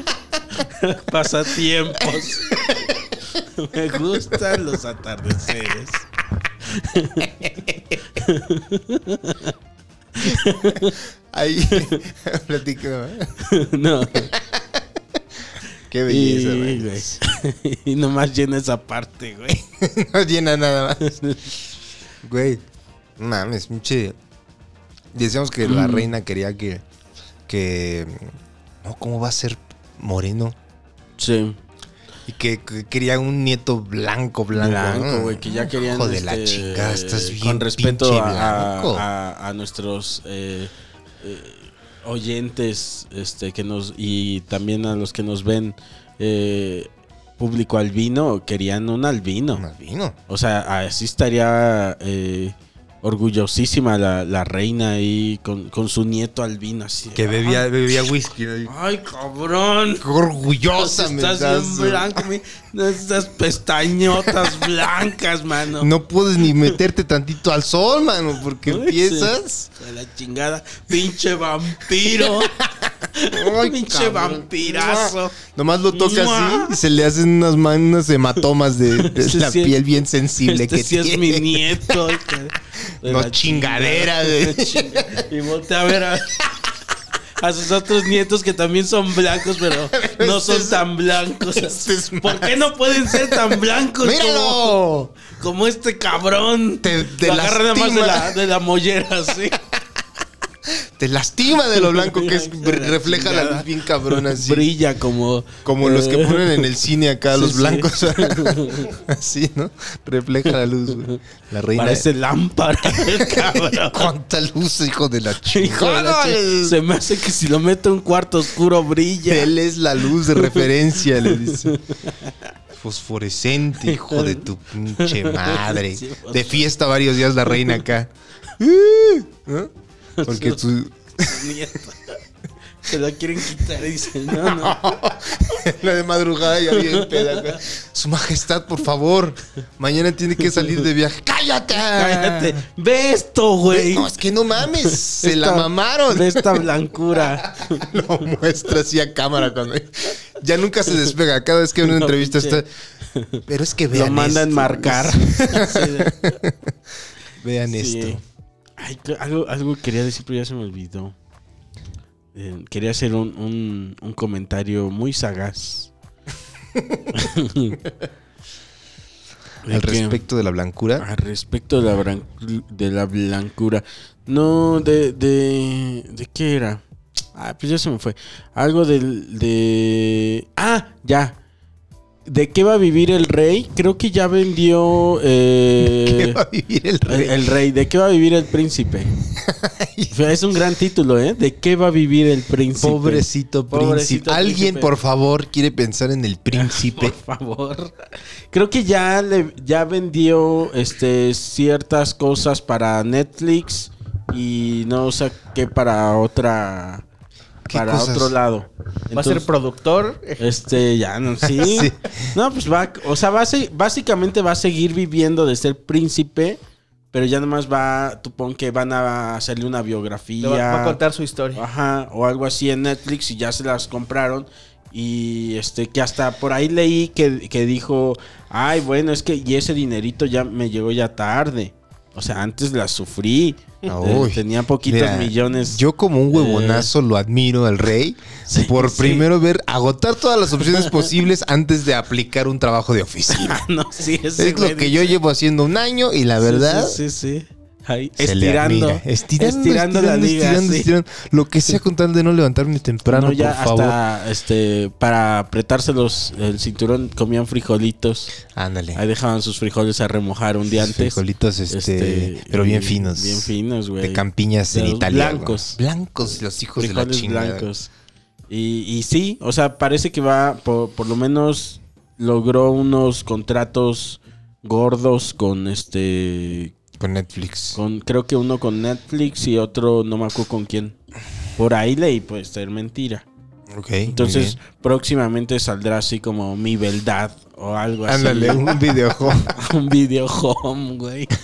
<laughs> Pasatiempos. <laughs> Me gustan los atardeceres. Ahí <laughs> platica. <laughs> <laughs> No. Qué belleza, Y, güey. güey, <laughs> y nomás llena esa parte, güey. <laughs> No llena nada más. Güey. Mames, pinche. Decíamos que la reina quería que que... No, ¿cómo va a ser moreno? Sí. Y que, que quería un nieto blanco, blanco. Blanco, ¿no? güey, que ya querían. Hijo de este, la chingada, estás bien Con respeto pinche a, blanco. a- a nuestros eh, eh, oyentes este, que nos y también a los que nos ven, eh, público albino, querían un albino. Más vino. O sea, así estaría eh, orgullosísima la, la reina ahí con, con su nieto albino. Así, Que bebía, bebía whisky. ¡Ay, cabrón! Qué orgullosa me Estás das, bien güey. blanco, mi- Estas <laughs> pestañotas blancas, mano. No puedes ni meterte tantito al sol, mano, porque Ay, empiezas. sí. A la chingada. Pinche vampiro. <laughs> Ay, Pinche cabrón. vampirazo. Nomás lo toca Mua. así y se le hacen unas, man- unas hematomas <laughs> de, de Este la sí es- piel bien sensible Este que sí es mi tiene. nieto. De No la <laughs> chingadera, chingada. güey. Chinga- Y voltea a ver a, a sus otros nietos que también son blancos, pero no este son es- tan blancos. este es ¿Por qué no pueden ser tan blancos como, ¡Míralo! como este cabrón? Te- te Lo agarra nada más de lastima. la, de la mollera, sí. Te lastima de lo blanco que es, Ay, <laughs> de la refleja la chingada. luz bien cabrona así. Brilla como. Como los que eh, ponen en el cine acá, <laughs> sí, los sí. blancos. <laughs> Así, ¿no? Refleja la luz, güey. La reina. Parece lámpara, <laughs> el cabrón. ¿Cuánta luz, hijo de la <laughs> Hijo de la chingada? chi- Se me hace que si lo meto en un cuarto oscuro brilla. <laughs> Él es la luz de referencia, le dice. Fosforescente, hijo de tu pinche madre. De fiesta varios días la reina acá. ¿No? Porque tú... Nieto. Se lo quieren quitar y dicen, <laughs> no, no. <laughs> la de madrugada ya bien peda acá. Su majestad, por favor. Mañana tiene que salir de viaje. ¡Cállate! Cállate. Ve esto, güey. No, es que no mames. Se la Esta- mamaron. Ve esta <laughs> blancura. Lo muestra así a cámara cuando... Ya nunca se despega. Cada vez que en una No, entrevista pinche. está... Pero es que vean lo mandan esto. <laughs> marcar. Así de- Vean Sí. esto. Ay, que- algo, algo quería decir, pero ya se me olvidó. Eh, quería hacer un, un- un comentario muy sagaz. De Al que- respecto de la blancura. Al respecto de la, bran- de la blancura. No, de, de. ¿De qué era? Ah, pues ya se me fue. Algo del. De. Ah, ya. ¿De qué va a vivir el rey? Creo que ya vendió. eh, <laughs> ¿Qué va a vivir el el, rey? el rey, ¿de qué va a vivir <laughs> el príncipe? O sea, es un gran título, ¿eh? ¿De qué va a vivir el príncipe? Pobrecito príncipe. Pobrecito Alguien, príncipe. por favor, quiere pensar en el príncipe. <laughs> Por favor. Creo que ya le ya vendió este ciertas cosas para Netflix y no sé qué para otra ¿Qué para cosas? otro lado. Va a ser Entonces, productor. eh, este <laughs> ya no sí. No, pues va, o sea, va a se- básicamente va a seguir viviendo de ser príncipe, pero ya nomás va, supón que van a hacerle una Le biografía. Va, va a contar su historia. Ajá, o algo así en Netflix y ya se las compraron. Y este, que hasta por ahí leí que, que dijo, ay, bueno, es que y ese dinerito ya me llegó ya tarde. O sea, antes la sufrí. Ah, Eh, uy. Tenía poquitos Mira, millones. eh, Yo como un huevonazo lo admiro al rey <laughs> Sí, por sí. primero ver agotar todas las opciones posibles antes de aplicar un trabajo de oficina. <laughs> no, <laughs> sí, ese Es lo güey que yo llevo haciendo un año y la Sí, verdad Sí, sí. sí. Ahí, se le estirando, admira. estirando, estirando la liga. estirando, sí. estirando. lo que sea con tal de no levantarme temprano, No, ya por favor. hasta este, para apretarse los, el cinturón comían frijolitos. Ándale. Ahí dejaban sus frijoles a remojar un día antes. Frijolitos, este, pero bien finos. Bien finos, güey. De campiñas De en los Italia. güey. blancos. Blancos, los hijos de la Frijoles chingada. blancos. Y, y sí, o sea, parece que va, por, por lo menos logró unos contratos gordos con este, Con Netflix. con creo que uno con Netflix y otro no me acuerdo con quién. Por ahí leí, puede ser mentira. Ok. muy Entonces, bien. próximamente saldrá así como Mi Beldad o algo pues, así. Ándale, un videojuego. <laughs> un video home, güey. <laughs>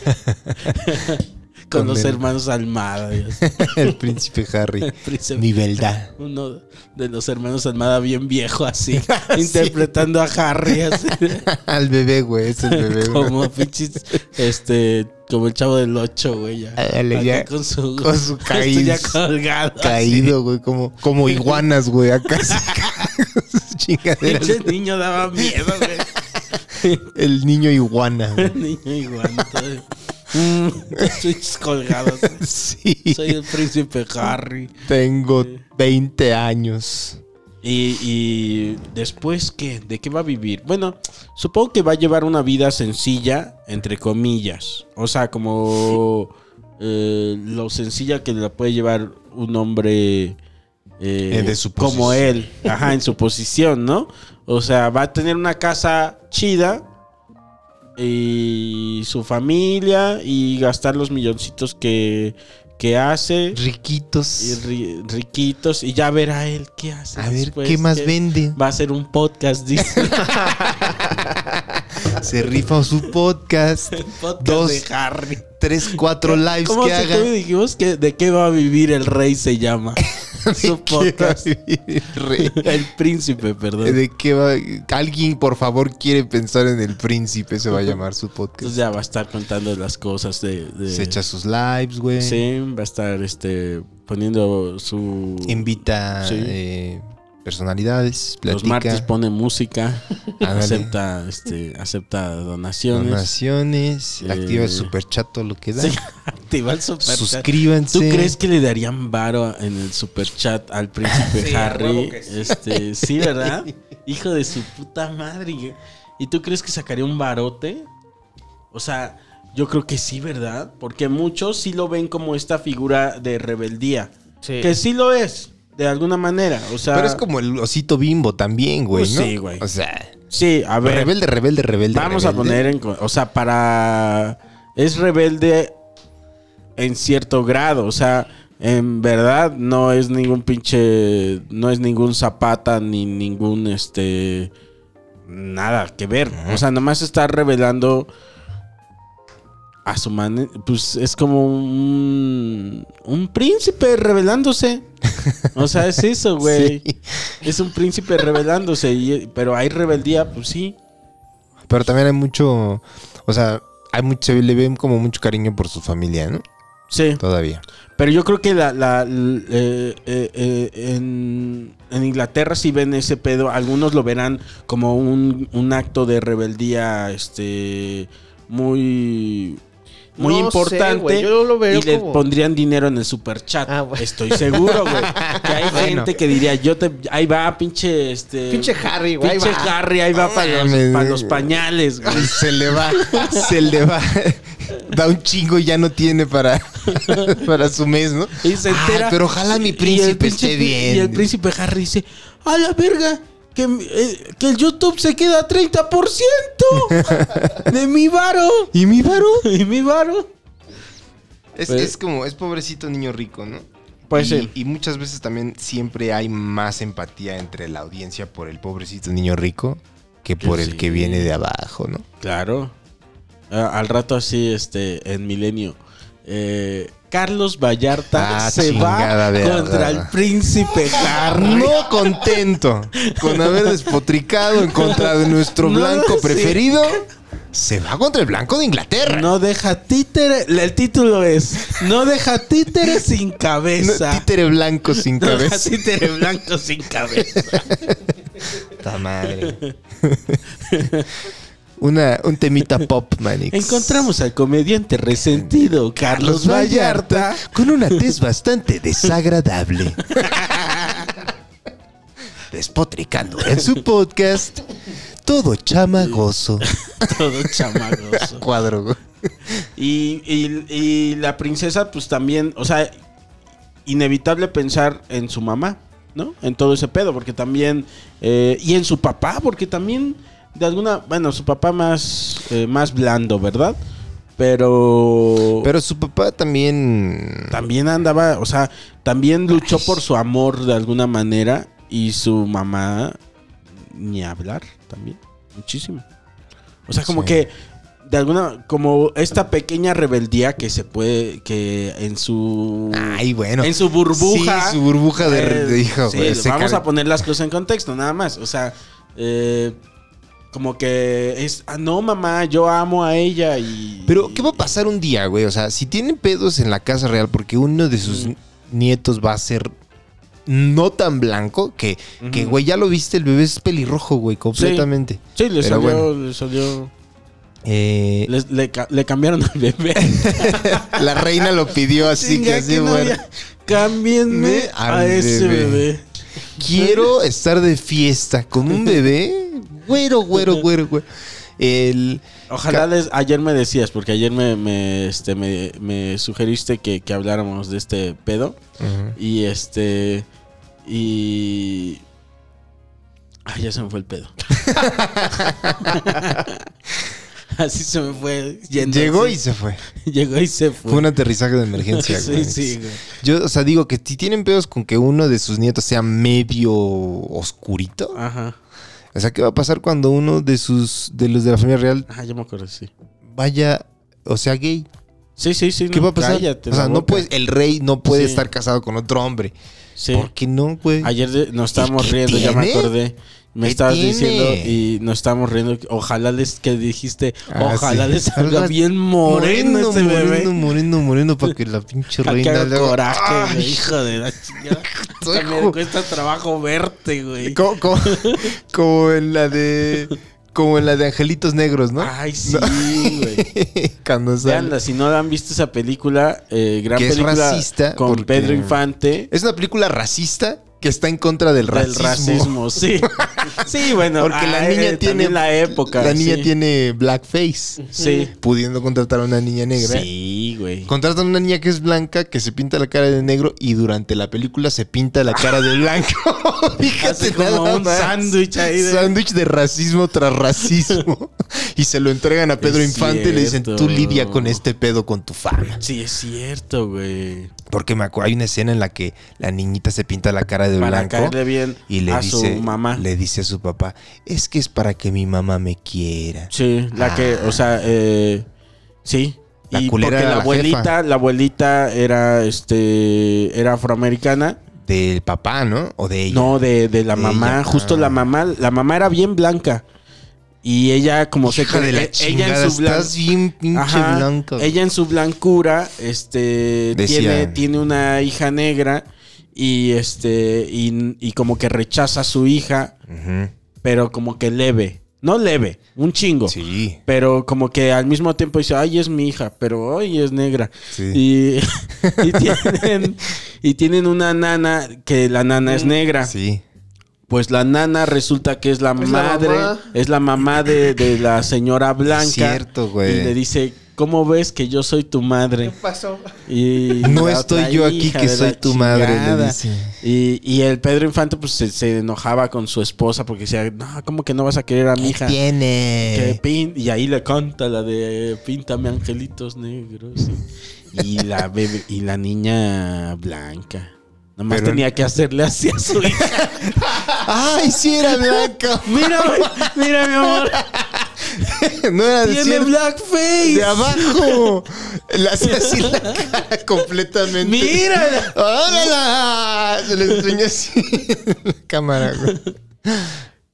Con Con los el- hermanos Almada. y así. <laughs> El príncipe Harry. Príncipe- Mi beldad. Uno de los hermanos Almada bien <laughs> viejo así, interpretando a Harry así, Al bebé, güey. Es el bebé. güey. como pinches, este, como el chavo del 8, güey, ya. Ándale, Acá ya. con su, con su <laughs> esto caíz- ya colgado. así. Caído, güey. Como, como iguanas, güey. Acá. <laughs> Sus chingaderas. Pinche niño daba miedo, güey. El niño iguana. güey. El niño igual. todo. Mm, Switches colgados. <laughs> Sí. Soy el príncipe Harry. Tengo 20 años. Y, y después, ¿qué? ¿De qué va a vivir? Bueno, supongo que va a llevar una vida sencilla, entre comillas. O sea, como eh, lo sencilla que la puede llevar un hombre eh, Eh, de su como posición. él. Ajá, en su posición, ¿no? O sea, va a tener una casa chida y su familia y gastar los milloncitos que, que hace. Riquitos. Y ri- riquitos y ya verá él qué hace. A ver, después, ¿qué más <laughs> vende? Va a ser un <laughs> podcast, dice. Se rifa su <laughs> podcast. podcast Dos, de Harry. tres, cuatro lives ¿Cómo que se- haga. <laughs> cómo dijimos que de qué va a vivir el rey se llama? su podcast. Re- <laughs> El príncipe, <laughs> perdón. ¿De qué va? Alguien, por favor, quiere pensar en el príncipe. <laughs> Se va a llamar su podcast. Entonces ya va a estar contando las cosas de... de- Se echa sus lives, güey. eh, Sí, va a estar este poniendo su... Invita Sí. eh, personalidades. Platica. los martes pone música, Ándale. acepta, este, acepta donaciones. Donaciones. Eh, Activa el superchat, todo lo que da. Sí, <laughs> activa el superchat. Suscríbanse. ¿Tú crees que le darían varo a- en el superchat al príncipe Sí, a Harry? huevo que sí. Este, sí, ¿verdad? Hijo de su puta madre. ¿Y tú crees que sacaría un barote? O sea, yo creo que sí, ¿verdad? Porque muchos sí lo ven como esta figura de rebeldía. Sí. Que sí lo es, de alguna manera. O sea, Pero es como el osito bimbo también, güey, Pues ¿no? sí, güey. O sea, sí, a ver. rebelde, rebelde, rebelde. Vamos a rebelde. poner en. co- O sea, para. Es rebelde en cierto grado. O sea, en verdad no es ningún pinche. No es ningún zapata ni ningún este. Nada que ver. O sea, nomás está revelando. A su manera. Pues es como un. Un príncipe revelándose. O sea, es <laughs> eso, güey. Sí. Es un príncipe revelándose. y- pero hay rebeldía, pues sí. Pero también hay mucho. O sea, hay mucho, se le ven como mucho cariño por su familia, ¿no? Sí. <laughs> Todavía. Pero yo creo que la, la- l- eh, eh, eh, en, en Inglaterra sí ven ese pedo. Algunos lo verán como un, un acto de rebeldía este muy, muy No sé, importante. güey, yo lo veo y le como- pondrían dinero en el superchat. Ah, bueno. Estoy seguro, güey. Que <laughs> hay Bueno. gente que diría, yo te... Ahí va, pinche... Este, Pinche Harry, güey, ahí Pinche va. Harry, ahí va No para, los, mames, para güey. los pañales, güey. Se le va, se le va. Da un chingo y ya no tiene para, <laughs> para su mes, ¿no? Y se Ay, entera. pero ojalá mi y- y el príncipe pinche esté pri- bien. Y el príncipe Harry dice: ¡A la verga! Que, eh, que el YouTube se queda a <laughs> 30% de mi varo. ¿Y mi varo? <laughs> ¿Y mi varo? Es, Pues- es como, es pobrecito niño rico, ¿no? Pues y, sí. y muchas veces también siempre hay más empatía entre la audiencia por el pobrecito niño rico que Que por el sí. que viene de abajo, ¿no? Claro. Ah, al rato, así, este, en Milenio. eh, Carlos Vallarta Ah, se va chingada verga. contra el príncipe Harry. No contento con haber despotricado en contra de nuestro <laughs> No, blanco sí. preferido, se va contra el blanco de Inglaterra. No deja títere. El título es: No deja títere sin No, cabeza. títere blanco sin <laughs> No deja cabeza. títere blanco sin cabeza. Puta madre. <laughs> Una, un temita pop, Manix. Encontramos al comediante resentido Carlos Los Vallarta, Vallarta. con una tez bastante desagradable. Despotricando en su podcast, todo chamagoso. <laughs> Todo chamagoso. Cuadro, güey. Y, y- y la princesa, pues también, o sea, inevitable pensar en su mamá, ¿no? En todo ese pedo, porque también. eh, y en su papá, porque también, de alguna. Bueno, su papá más, eh, más blando, ¿verdad? Pero. Pero su papá también. también andaba, o sea, también luchó por su amor de alguna manera y su mamá ni hablar también, muchísimo. O sea, como Sí. que de alguna como esta pequeña rebeldía que se puede que en su Ay, bueno. en su burbuja. Sí, su burbuja de, eh, de hijo, sí, güey, se vamos cabe- a poner las cosas en contexto, nada más. O sea, eh, como que es, ah, no, mamá, yo amo a ella y... Pero, ¿qué va a pasar un día, güey? O sea, si tienen pedos en la casa real porque uno de sus Mm. nietos va a ser no tan blanco, que, que, Ujú. güey, ya lo viste, el bebé es pelirrojo, güey, completamente. Sí, le Pero salió, bueno. le salió... Eh, Les- Le, ca- le cambiaron al <laughs> bebé. la reina lo pidió así que Chinga, así, que no bueno. había- Cámbienme Me- a al ese bebé. bebé. Quiero estar de fiesta con un bebé. Güero, güero, güero, güero. El, Ojalá Ca- les, ayer me decías, porque ayer me, me, este, me, me sugeriste que, que habláramos de este pedo. Y este. Y. Ay, ya se me fue <laughs> el pedo. así se me fue. yendo, Llegó y así. se fue. <laughs> Llegó y se fue. Fue un aterrizaje de emergencia, <laughs> Sí, güey. sí, güey. Yo, o sea, digo que si tienen pedos con que uno de sus nietos sea medio oscurito. Ajá. O sea, ¿qué va a pasar cuando uno de sus, de los de la familia real Ajá, yo me acuerdo, sí. vaya, o sea, gay? Sí, sí, sí. ¿Qué no, va a pasar? cállate o sea, la no boca. puede, el rey no puede Sí. estar casado con otro hombre. Sí. ¿Por qué no, güey? Ayer de- nos estábamos qué riendo, ya me tiene? acordé. Me ¿Qué estabas tiene? diciendo y nos estábamos riendo. que Ojalá les que dijiste, Ah, ojalá sí. les salga Salga bien moreno, este moreno, ¡ah! bebé. moreno, moreno, para que la <laughs> pinche Para que reina haga le haga- coraje, ¡Ay, güey, hijo <laughs> de la chingada. Hasta hijo! Me cuesta trabajo verte, güey. Como, como- como en la de. Como en la de Angelitos Negros, ¿no? Ay, sí, güey. <laughs> Cuando sale. Veanla, si no han visto esa película, eh, gran Que es película racista, con porque- Pedro Infante. Es una película racista que está en contra del Del racismo. racismo, sí. Sí, <laughs> bueno. Porque la ah, eh, niña tiene. también la época. La niña sí. tiene blackface. Sí. Pudiendo contratar a una niña negra. Sí, güey. Contratan a una niña que es blanca, que se pinta la cara de negro y durante la película se pinta la cara de blanco. <laughs> Fíjate Hace como nada un más. sándwich ahí de- Sándwich de racismo tras <laughs> racismo. y se lo entregan a Pedro Es Infante y le dicen, tú cierto. lidia con este pedo con tu fama. Sí, es cierto, güey. Porque me acuerdo, hay una escena en la que la niñita se pinta la cara de Para blanco caerle bien y le a dice, su mamá. le dice a su papá, es que es para que mi mamá me quiera. Sí, la que, o sea, eh, sí. La y culera porque era la la abuelita, jefa. la abuelita era este era afroamericana, Del papá, ¿no? O de ella. no de, de la De mamá, ella, justo ah. la mamá, la mamá era bien blanca. Y ella como se Hija de cre- la e- chingada, blan- estás bien pinche Ajá, blanca. Ella en su blancura este Decía- tiene tiene una hija negra y este y, y como que rechaza a su hija, Ujú. pero como que leve, no leve, un chingo. Sí. Pero como que al mismo tiempo dice, ay, es mi hija, pero hoy es negra. Sí. Y, <laughs> y tienen, y tienen una nana que la nana es negra. Mm, Sí. Pues la nana resulta que es la Es la madre, mamá. es la mamá de, de la señora blanca. cierto, güey. Y le dice, ¿cómo ves que yo soy tu madre? pasó? Y No la estoy otra yo aquí hija que de soy la tu madre, le chingada. dice. Y, y el Pedro Infante pues se, se enojaba con su esposa porque decía, no, ¿cómo que no vas a querer a mi hija? Que Tiene. pin- y ahí le canta la de Píntame angelitos negros. Y, y la bebé- y la niña blanca. Nomás Pero- tenía que hacerle así <laughs> a su hija. Ay, sí <laughs> era blanca. Mira, güey, mira, mi amor. no era de Tiene cierto. blackface. De abajo. Le <laughs> hacía así la cara completamente. Mira. ¡Órala! Se le enseñó así en la cámara, güey.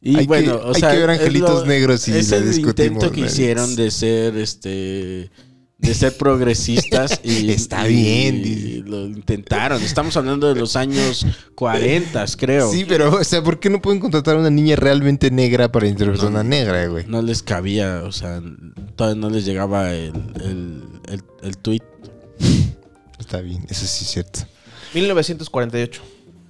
Y Hay que- bueno, o hay sea, que ver es Angelitos Negros y es la el discutimos, intento que ¿no? hicieron de ser este de ser <laughs> progresistas y Está y bien, dice. lo intentaron. Estamos hablando de los años 40, creo. Sí, pero, o sea, ¿por qué no pueden contratar a una niña realmente negra para interpretar a una negra, güey? No les cabía, o sea, todavía no les llegaba el, el, el, el tweet. Está bien, eso sí es cierto. 1948,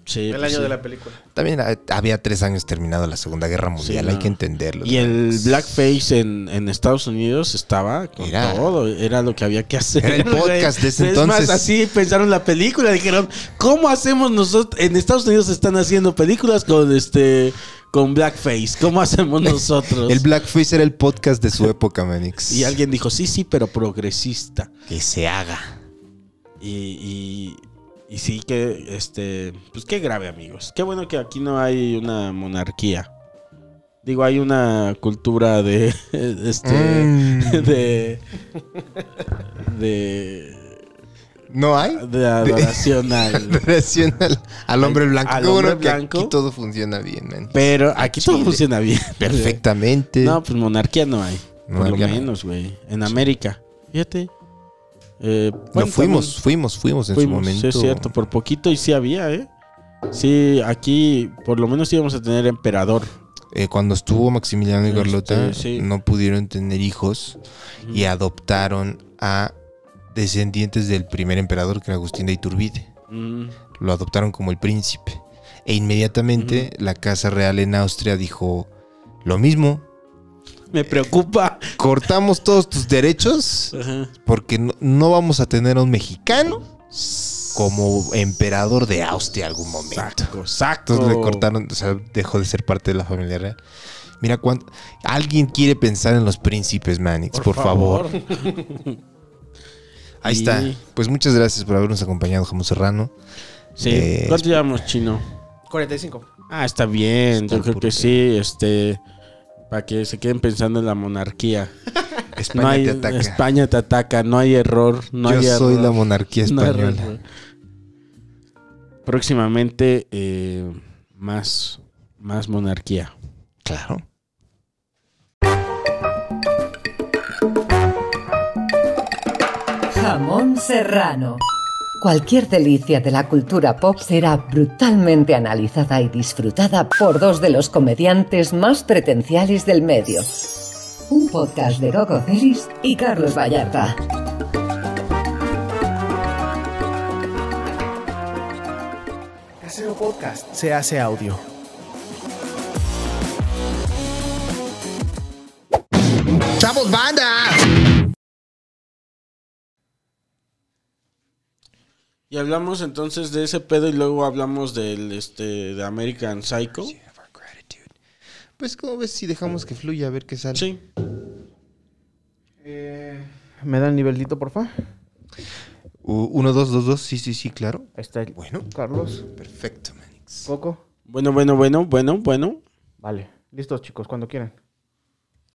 Sí, el pues año sí. de la película. También ha- había tres años terminado la Segunda Guerra Mundial, no. hay que entenderlo. Y el blackface en, en Estados Unidos estaba con Era- todo, era lo que había que hacer. Era el podcast <laughs> güey. de ese Es entonces. más, así pensaron la película, dijeron, ¿cómo hacemos nosotros? En Estados Unidos están haciendo películas con este con blackface, ¿cómo hacemos <laughs> nosotros? El blackface era el podcast de su época, Manix. <laughs> y alguien dijo, sí, sí, pero progresista. que se haga. Y, y, y sí que, este, pues qué grave amigos. Qué bueno que aquí no hay una monarquía. Digo, hay una cultura de, <laughs> este, Mm. <laughs> de, de, ¿No hay? <laughs> de <laughs> adoración al... Relación al, al hombre blanco. al Qué bueno hombre que blanco. aquí todo funciona bien, man. Pero aquí todo Chile. funciona bien. Perfectamente. <laughs> No, pues monarquía no hay. por lo Monarquía no. menos, güey. En América. Fíjate. Eh, no, bueno, fuimos, también- fuimos, fuimos en Fuimos, su sí momento. es cierto, por poquito y sí había, ¿eh? Sí, aquí por lo menos íbamos a tener emperador. eh, cuando estuvo Maximiliano y Este, Carlota, sí. no pudieron tener hijos y adoptaron a descendientes del primer emperador, que era Agustín de Iturbide. Mm, Lo adoptaron como el príncipe. E inmediatamente la Casa Real en Austria dijo lo mismo. me preocupa. Cortamos todos tus derechos Ajá. porque no, no vamos a tener a un mexicano como emperador de Austria algún momento. Saco, saco. Entonces le cortaron, o sea, dejó de ser parte de la familia real. Mira cuánto. Alguien quiere pensar en los príncipes, Manix, por, favor. Ahí Sí. está. Pues muchas gracias por habernos acompañado, Jamón Serrano. Sí. Eh, ¿Cuánto llevamos, chino? 45. Ah, está bien. Está Yo creo porque- que sí. Este. Para que se queden pensando en la monarquía. España No hay, te ataca. España te ataca. No hay error. No Yo hay soy error. la monarquía No hay error, española. güey. Próximamente, eh, más, más monarquía. claro. Jamón serrano. Cualquier delicia de la cultura pop será brutalmente analizada y disfrutada por dos de los comediantes más pretenciales del medio. Un podcast de Coco Celis y Carlos Vallarta. Casero Podcast se hace audio. ¡Chavos, banda! Y hablamos entonces de ese pedo y luego hablamos del este de American Psycho. Pues, ¿cómo ves si dejamos que fluya a ver qué sale? Sí. Eh, ¿Me dan nivelito, porfa? Ahí U- Uno, dos, dos, dos. Sí, sí, sí, claro. está el Bueno, Carlos, perfecto, Manix. Coco. Bueno, bueno, bueno, bueno, bueno. Vale. Listos, chicos, cuando quieran.